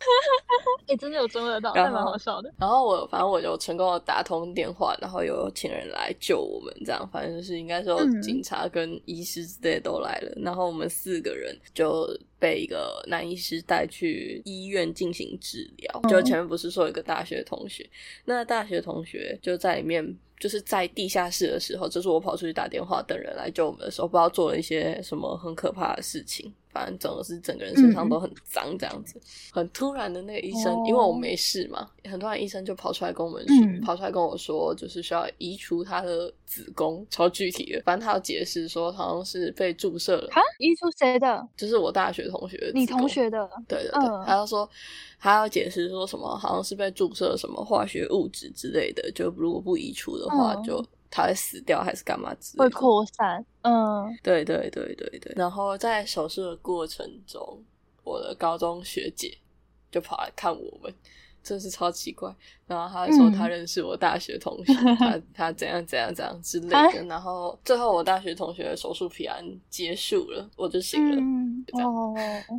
B: 哎欸，真的有中二到，还蛮好笑的。
A: 然后我反正我就成功的打通电话，然后有请人来救我们，这样反正就是应该说警察跟医师之类都来了，嗯、然后我们四个人就。被一个男医师带去医院进行治疗，就前面不是说有一个大学同学，那大学同学就在里面，就是在地下室的时候，就是我跑出去打电话等人来救我们的时候，不知道做了一些什么很可怕的事情，反正总是整个人身上都很脏，这样子。嗯、很突然的那个医生，因为我没事嘛，很突然医生就跑出来跟我们说，嗯、跑出来跟我说，就是需要移除他的子宫，超具体的，反正他要解释说好像是被注射了。
B: 啊，移除谁的？
A: 就是我大学同学的，
B: 你同学的，
A: 对对对，嗯、他要说，他要解释说什么，好像是被注射什么化学物质之类的，就如果不移除的话，嗯、就他会死掉还是干嘛之类的，
B: 会扩散，嗯，
A: 对对对对对。然后在手术的过程中，我的高中学姐就跑来看我们。真是超奇怪，然后他说他认识我大学同学，嗯、 [laughs] 他他怎样怎样怎样之类的，啊、然后最后我大学同学的手术平安结束了，我就醒了。
B: 嗯、
A: 就
B: 哦，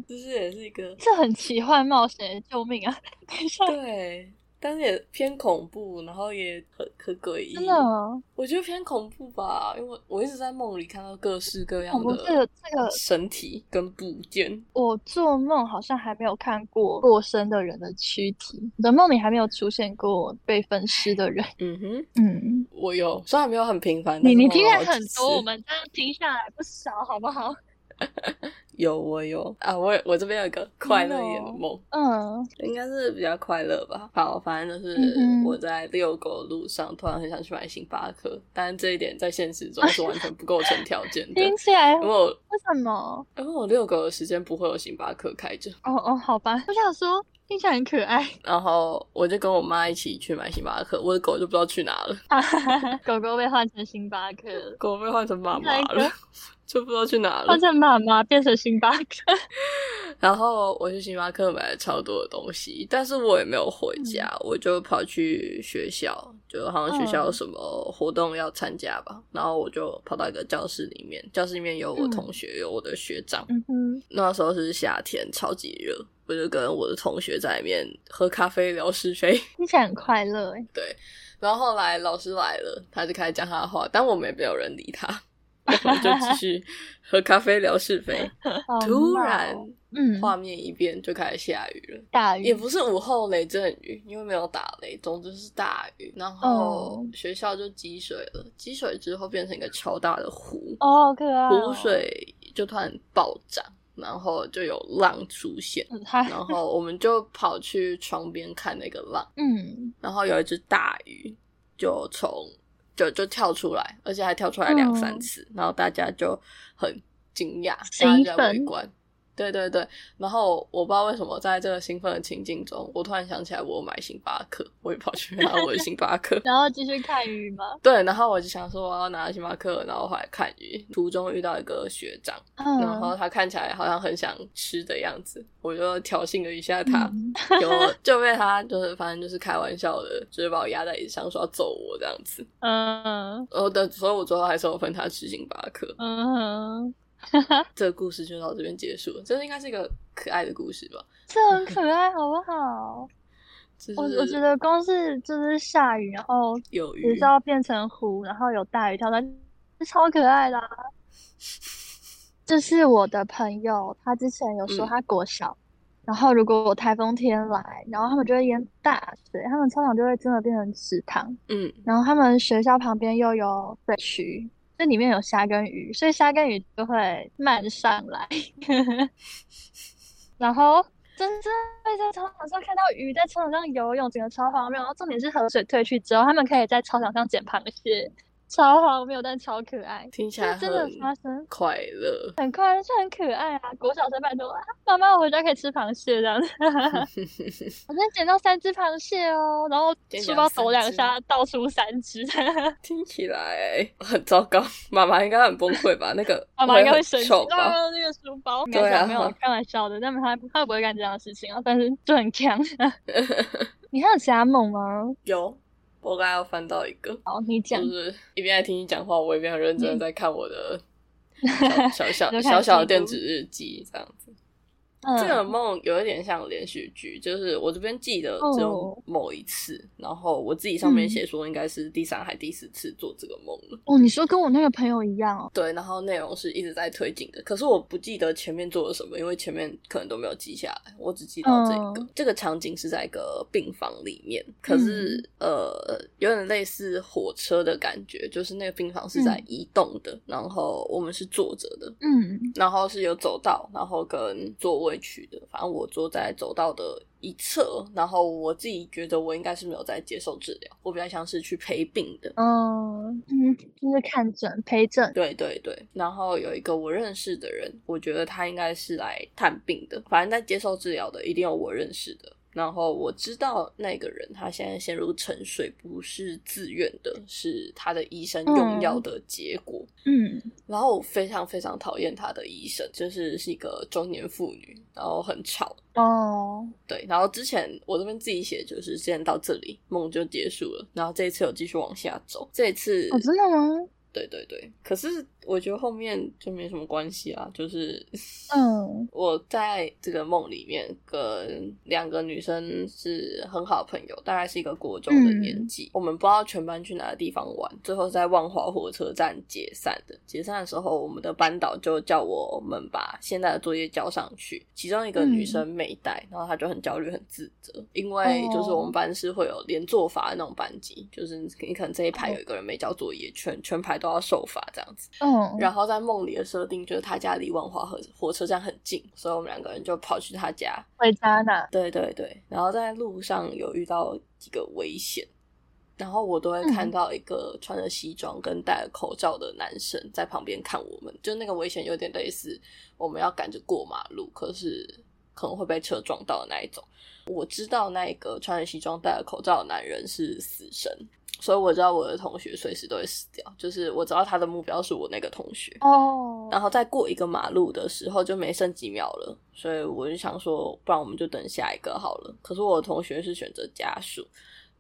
A: 就是也是一 [laughs] 个
B: 这很奇幻冒险，救命
A: 嗯
B: 啊！等一下，
A: 对，但是也偏恐怖，然后也很很诡异。
B: 真的、哦，
A: 我觉得偏恐怖吧，因为我一直在梦里看到各式各样的
B: 这个这个
A: 身体跟部件。
B: 我做梦好像还没有看过过身的人的躯体，我的梦里还没有出现过被分尸的人。 [laughs]
A: 嗯哼，
B: 嗯，
A: 我有，虽然没有很频繁，
B: 你你听了很多，我们这样听下来不少，好不好？
A: 有我有啊，我我这边有一个快乐一
B: 哦
A: 点的梦，
B: 嗯，
A: 应该是比较快乐吧。好，反正就是我在遛狗的路上，突然很想去买星巴克，但是这一点在现实中是完全不构成条件
B: [laughs]
A: 的。
B: 听起来，
A: 因为我
B: 为什么？
A: 因为我遛狗的时间不会有星巴克开着。
B: 哦哦，好吧，我想说。听起来很可爱，
A: 然后我就跟我妈一起去买星巴克，我的狗就不知道去哪了。
B: [laughs] 狗狗被换成星巴克，
A: 狗被换成妈妈了， [laughs] 就不知道去哪了。
B: 换成妈妈变成星巴克，
A: 然后我去星巴克买了超多的东西，但是我也没有回家，嗯、我就跑去学校，就好像学校有什么活动要参加吧，嗯、然后我就跑到一个教室里面，教室里面有我同学，嗯、有我的学长。
B: 嗯哼，
A: 那时候是夏天，超级热。我就跟我的同学在里面喝咖啡聊是非， [laughs]
B: 听起来很快乐哎。
A: 对，然后后来老师来了，他就开始讲他的话，但我们也没有人理他，我们就继续喝咖啡聊是 [laughs] 非。突然，
B: 嗯，
A: 画面一变，就开始下雨了，
B: 大雨
A: 也不是午后雷阵雨，因为没有打雷，总之是大雨。然后学校就积水了，积水之后变成一个超大的湖，
B: 哦，好可爱、
A: 哦，湖水就突然暴涨。然后就有浪出现，
B: 嗯
A: 然后我们就跑去窗边看那个浪，
B: 嗯，
A: 然后有一只大鱼就从就就跳出来，而且还跳出来两三次，嗯、然后大家就很惊讶，大家围观，对对对，然后我不知道为什么在这个兴奋的情境中，我突然想起来我有买星巴克，我也跑去拿我的星巴
B: [laughs]。
A: 克
B: 然后继续看鱼吗？
A: 对，然后我就想说我要拿星巴克，然后后来看鱼，途中遇到一个学长，然
B: 嗯，
A: 后他看起来好像很想吃的样子，我就挑衅了一下他，
B: 嗯
A: [laughs] 结果就被他就是反正就是开玩笑的，就是把我压在椅子上说要揍我这样子。
B: 嗯
A: 然后的，所以我最后还是有分他吃星巴克。
B: 嗯，
A: 这个故事就到这边结束了，这应该是一个可爱的故事吧？
B: 这很可爱，好不好？
A: 嗯就是、
B: 我我觉得光是就是下雨，然后
A: 有
B: 学
A: 鱼。
B: 校变成湖，然后有大鱼跳在，这超可爱
A: [laughs]
B: 的啊、这是我的朋友，他之前有说
A: 嗯
B: 他国小，然后如果台风天来，然后他们就会淹大水，他们操场就会真的变成池塘，
A: 嗯，
B: 然后他们学校旁边又有水渠，这里面有虾跟鱼，所以虾跟鱼就会漫上来， [laughs] 然后。真真会在操场上看到鱼在操场上游泳，整个超荒谬。然后重点是河水退去之后，他们可以在操场上捡螃蟹，超荒谬但超可爱。
A: 听起
B: 这
A: 来
B: 真的
A: 很
B: 发生，
A: 快乐。
B: 很快，就很可爱啊！国小生拜托啊，妈妈，我回家可以吃螃蟹这
A: [laughs]
B: 样子。我今天捡到三只螃蟹哦，然后
A: 今天
B: 书
A: 捡
B: 包
A: 到三
B: 抖两
A: 只
B: 下，倒出三只。 [laughs]
A: 听起来很糟糕，妈妈应该很崩溃吧？那个
B: 妈妈应该
A: 会
B: 会
A: 很
B: 生气，啊
A: 臭
B: 妈
A: 吧？
B: 妈那个书包。没
A: 对啊
B: 有没有，开玩笑的，但是她她不会干这样的事情啊，但是就
A: [laughs]
B: 很强。你还有其他梦吗？
A: 有，我刚刚又翻到一个，
B: 好，你讲
A: 就。是一边在听你讲话，我一边很认真的在看我的
B: [laughs]
A: 小小小
B: 你在看
A: 小小的
B: 记录
A: 电子日记，这样子。
B: 嗯
A: 这个梦有一点像连续剧，就是我这边记得只有
B: 哦
A: 某一次，然后我自己上面
B: 嗯
A: 写说应该是第三还第四次做这个梦了。
B: 哦，你说跟我那个朋友一样哦。
A: 对，然后内容是一直在推进的，可是我不记得前面做了什么，因为前面可能都没有记下来，我只记到这个。
B: 嗯
A: 这个场景是在一个病房里面，可是、
B: 嗯
A: 呃，有点类似火车的感觉，就是那个病房是在
B: 嗯
A: 移动的，然后我们是坐着的，
B: 嗯
A: 然后是有走道，然后跟座位区的，反正我坐在走道的一侧，然后我自己觉得我应该是没有在接受治疗，我比较像是去陪病的。
B: 嗯嗯，就是看诊陪诊。
A: 对对对，然后有一个我认识的人，我觉得他应该是来探病的，反正在接受治疗的一定有我认识的。然后我知道那个人他现在陷入沉睡，不是自愿的，是他的医生用药的结果。
B: 嗯
A: 然后我非常非常讨厌他的医生，就是是一个中年妇女，然后很吵。
B: 哦，
A: 对，然后之前我这边自己写，就是之前到这里梦就结束了，然后这一次有继续往下走，这一次
B: 哦，真的吗？
A: 对对对，可是我觉得后面就没什么关系啊，就是 [laughs]
B: 嗯
A: 我在这个梦里面跟两个女生是很好的朋友，大概是一个国中的年纪，我们不知道全班去哪个地方玩，最后在万华火车站解散的。解散的时候，我们的班导就叫我们把现在的作业交上去，其中一个女生没带，然后她就很焦虑、很自责，因为就是我们班是会有连坐法的那种班级，就是你可能这一排有一个人没交作业，全全排都要受罚这样子。
B: 嗯，
A: 然后在梦里的设定就是他家离万华火火车站很近，所以我们两个人就跑去他家。
B: 回家拿。
A: 对对对，然后在路上有遇到几个危险，然后我都会看到一个穿着西装跟戴着口罩的男生在旁边看我们，就那个危险有点类似我们要赶着过马路，可是可能会被车撞到的那一种。我知道那一个穿着西装戴着口罩的男人是死神。所以我知道我的同学随时都会死掉，就是我知道他的目标是我那个同学。
B: 哦，
A: 然后再过一个马路的时候就没剩几秒了，所以我就想说，不然我们就等下一个好了。可是我的同学是选择加速，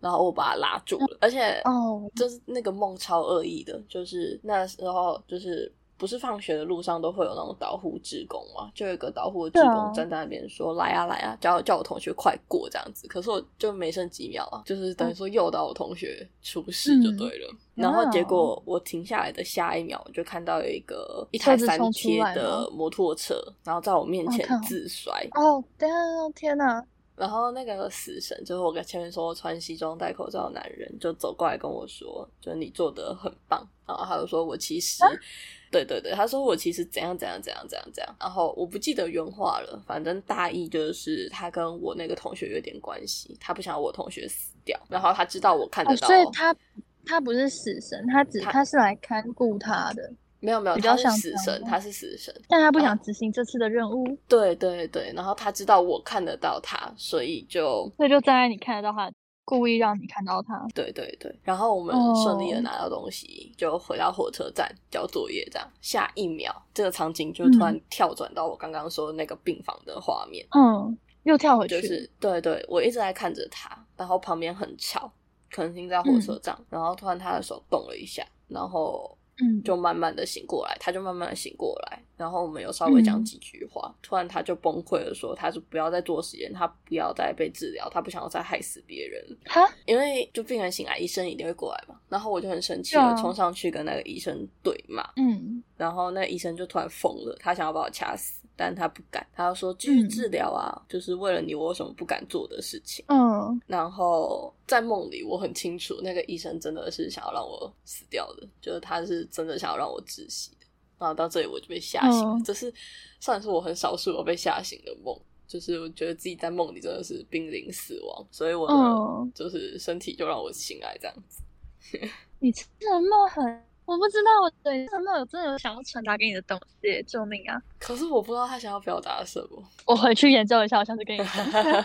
A: 然后我把他拉住了，而且
B: 哦，
A: 就是那个梦超恶意的，就是那时候就是不是放学的路上都会有那种导护志工嘛，就有一个导护志
B: 对啊
A: 工站在那边说、来啊来啊，叫叫我同学快过这样子，可是我就没剩几秒啊，就是等
B: 嗯
A: 于说诱导我同学出事就对了。然后结果我停下来的下一秒，我就看到有一个一台
B: 啊车子
A: 三
B: 冲出
A: 贴
B: 来
A: 的
B: 吗
A: 摩托车，然后在我面
B: 哦
A: 前
B: 看好
A: 自摔，
B: 哦，等一下，天哪，
A: 然后那个死神，就是我跟前面说穿西装戴口罩的男人，就走过来跟我说，就是你做的很棒。然后他就说我其
B: 啊
A: 实，对对对，他说我其实怎样怎样怎样怎样怎样。然后我不记得原话了，反正大意就是他跟我那个同学有点关系，他不想要我同学死掉。然后他知道我看得
B: 哦，
A: 到，
B: 所以他他不是死神，他只
A: 他
B: 他是来看顾他的，
A: 没有没有，
B: 比较
A: 他是
B: 像
A: 死
B: 这样
A: 神，
B: 吗
A: 他是死神。
B: 但他不想执行这次的任务，
A: 对对对，然后他知道我看得到他，所以就
B: 所以就站在你看得到他，故意让你看到他。
A: 对对对，然后我们
B: 哦
A: 顺利的拿到东西就回到火车站交作业，这样下一秒这个场景就突然
B: 嗯
A: 跳转到我刚刚说的那个病房的画面，
B: 嗯，又跳回去，
A: 就是对对，我一直在看着他，然后旁边很吵，可能停在
B: 嗯
A: 火车站，然后突然他的手动了一下，然后
B: 嗯，
A: 就慢慢的醒过来，他就慢慢的醒过来，然后我们有稍微讲
B: 嗯
A: 几句话，突然他就崩溃了，说他是不要再做实验，他不要再被治疗，他不想要再害死别人，
B: 哈，
A: 因为就病人醒来，医生一定会过来嘛。然后我就很生气
B: 对啊
A: 了，冲上去跟那个医生对骂，
B: 嗯，
A: 然后那医生就突然疯了，他想要把我掐死，但他不敢，他就说继续
B: 嗯
A: 治疗啊，就是为了你，我有什么不敢做的事情？
B: 嗯，
A: 然后在梦里，我很清楚那个医生真的是想要让我死掉的，就是他是真的想要让我窒息的。然后到这里我就被吓醒了，
B: 嗯
A: 这是算是我很少数我被吓醒的梦，就是我觉得自己在梦里真的是濒临死亡，所以我的、
B: 嗯
A: 就是身体就让我醒来这样子。
B: 你这个梦很，我不知道，我对这个梦有真的有想要传达给你的东西，救命啊！
A: 可是我不知道他想要表达什 [laughs] 么。
B: 我回去研究一下，我下
A: [laughs]
B: 次跟你讲。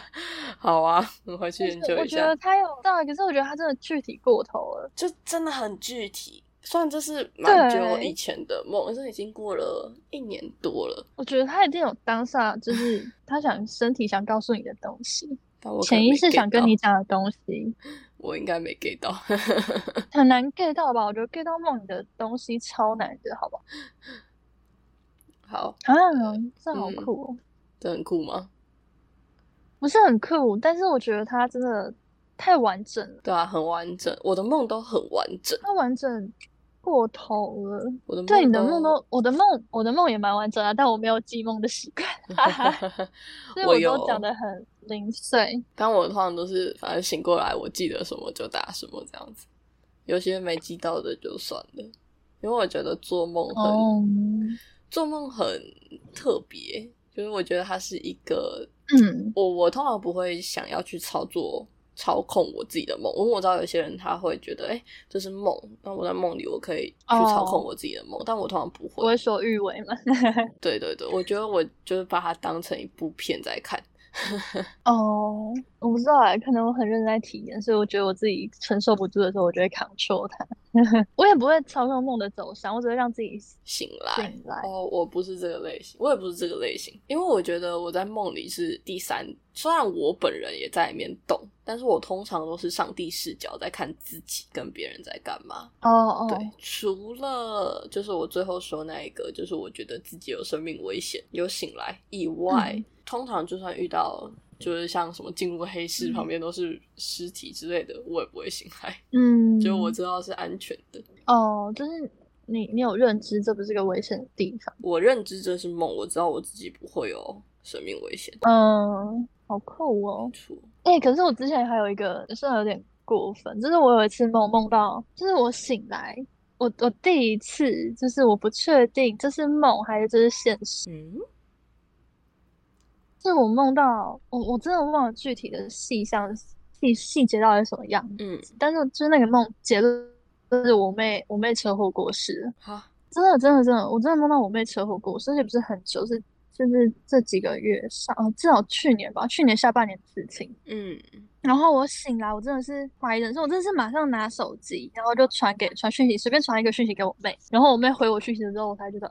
A: 好啊，我回去研
B: 但是
A: 究
B: 我
A: 一
B: 觉得
A: 下。
B: 他有到，可是我觉得他真的具体过头了。
A: 就真的很具体，虽然这是蛮久
B: 对
A: 以前的梦，这已经过了一年多了。
B: 我觉得他一定有当下，就是
A: [laughs]
B: 他想身体想告诉你的东西，
A: 但我可能
B: 潜意识
A: 没 get
B: 想跟你
A: 到，
B: 讲的
A: [laughs]
B: 东西，
A: 我应该没 get 到。 [laughs]
B: 很难 get 到吧？我觉得 get 到梦里的东西超难的，好不好？
A: 好，
B: 啊，这好
A: 嗯
B: 酷、哦，
A: 这很酷吗？
B: 不是很酷，但是我觉得他真的太完整了，
A: 对啊，很完整，我的梦都很完整，
B: 他完整过头了。
A: 我的梦
B: 对你的
A: [laughs]
B: 梦都，我的梦，我的梦也蛮完整的，但我没有记梦的习
A: [laughs]
B: 惯，所以
A: 我
B: 我
A: 有
B: 都讲的很零碎。
A: 但我通常都是反正醒过来，我记得什么就打什么这样子，有些没记到的就算了，因为我觉得做梦很、
B: 哦，
A: 做梦很特别，就是我觉得它是一个
B: 嗯
A: 我我通常不会想要去操作操控我自己的梦，因为我知道有些人他会觉得哎、诶这是梦，那我在梦里我可以去操控
B: 哦
A: 我自己的梦但我通常不
B: 不
A: 会。
B: 为所欲为嘛。
A: 对对对，我觉得我就是把它当成一部片在看。
B: 哦，我不知道哎，可能我很认真在体验，所以我觉得我自己承受不住的时候，我就会 control 它。 [laughs] 我也不会操控梦的走向，我只会让自己醒
A: 醒来。
B: 来。
A: 哦，我不是这个类型，我也不是这个类型，因为我觉得我在梦里是第三，虽然我本人也在里面动，但是我通常都是上帝视角在看自己跟别人在干嘛。
B: 哦哦，
A: 对，除了就是我最后说那一个，就是我觉得自己有生命危险，有醒来以外，
B: 嗯
A: 通常就算遇到就是像什么进入黑市
B: 嗯
A: 旁边都是尸体之类的，我也不会醒来，
B: 嗯，
A: 就我知道是安全的。
B: 哦，就是你你有认知，这不是个危险的地方。
A: 我认知这是梦，我知道我自己不会有生命危险。
B: 嗯，好酷哦。
A: 处
B: 哎、可是我之前还有一个，算有点过分，就是我有一次梦梦到，就是我醒来，我我第一次，就是我不确定这是梦还是这是现实，
A: 嗯，
B: 就是我梦到，我我真的忘了具体的细项细细节到底是什么样子，
A: 嗯，
B: 但是就是那个梦结论就是我妹我妹车祸过世了，
A: 好，
B: 真的真的真的，我真的梦到我妹车祸过世，而且不是很久，是就是这几个月上，呃，至少去年吧，去年下半年的事情。
A: 嗯，
B: 然后我醒来，我真的是怀疑人生，我真的是马上拿手机，然后就传给传讯息，随便传一个讯息给我妹，然后我妹回我讯息之后，我才觉得，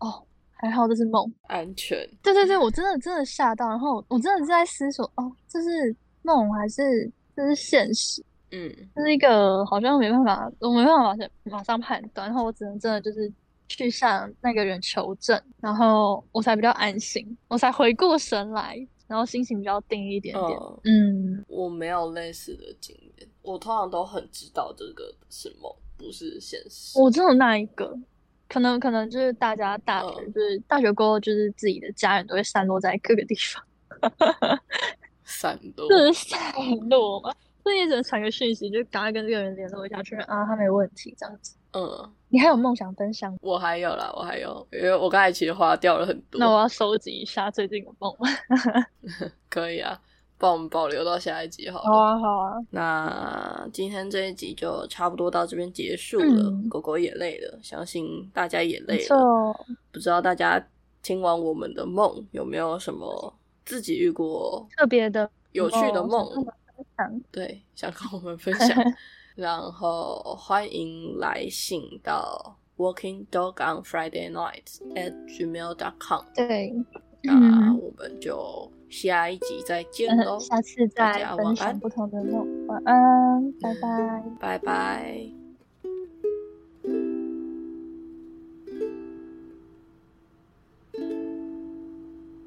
B: 哦，还好这是梦。
A: 安全，
B: 对对对，我真的真的吓到，然后我真的是在思索，哦，这是梦还是这是现实？
A: 嗯，
B: 这是一个好像没办法，我没办法马上判断，然后我只能真的就是去向那个人求证，然后我才比较安心，我才回过神来，然后心情比较定一点点。
A: 哦，
B: 嗯。
A: 我没有类似的经验，我通常都很知道这个是梦，不是现实。
B: 我只有那一个，可能可能就是大家大学、
A: 嗯
B: 就是大学过后，就是自己的家人都会散落在各个地方，
A: 散落，
B: 这是 [laughs] 散落嘛，所以你只能传个讯息，就赶快跟这个人联络一下，确认啊他没问题这样子。
A: 嗯，
B: 你还有梦想分享吗？
A: 我还有啦，我还有，因为我刚才其实花掉了很多。
B: 那我要收集一下最近的梦。
A: 可以啊，不然我们保留到下一集好了。
B: 好啊，好啊，
A: 那今天这一集就差不多到这边结束了。
B: 嗯
A: 狗狗也累了，相信大家也
B: 没
A: 累了。
B: 错。
A: 不知道大家听完我们的梦有没有什么自己遇过
B: 特别的
A: 有趣的
B: 梦
A: 梦？
B: 想
A: 对，想跟我们分享。然后欢迎来信到 Walking Dog on Friday Night at gmail dot com。
B: 对，
A: 那
B: 嗯，
A: 我们就下一集再见喽
B: 呃，下次
A: 大
B: 再
A: 家晚
B: 分
A: 安
B: 享不同的梦。晚安，拜拜。
A: 拜拜。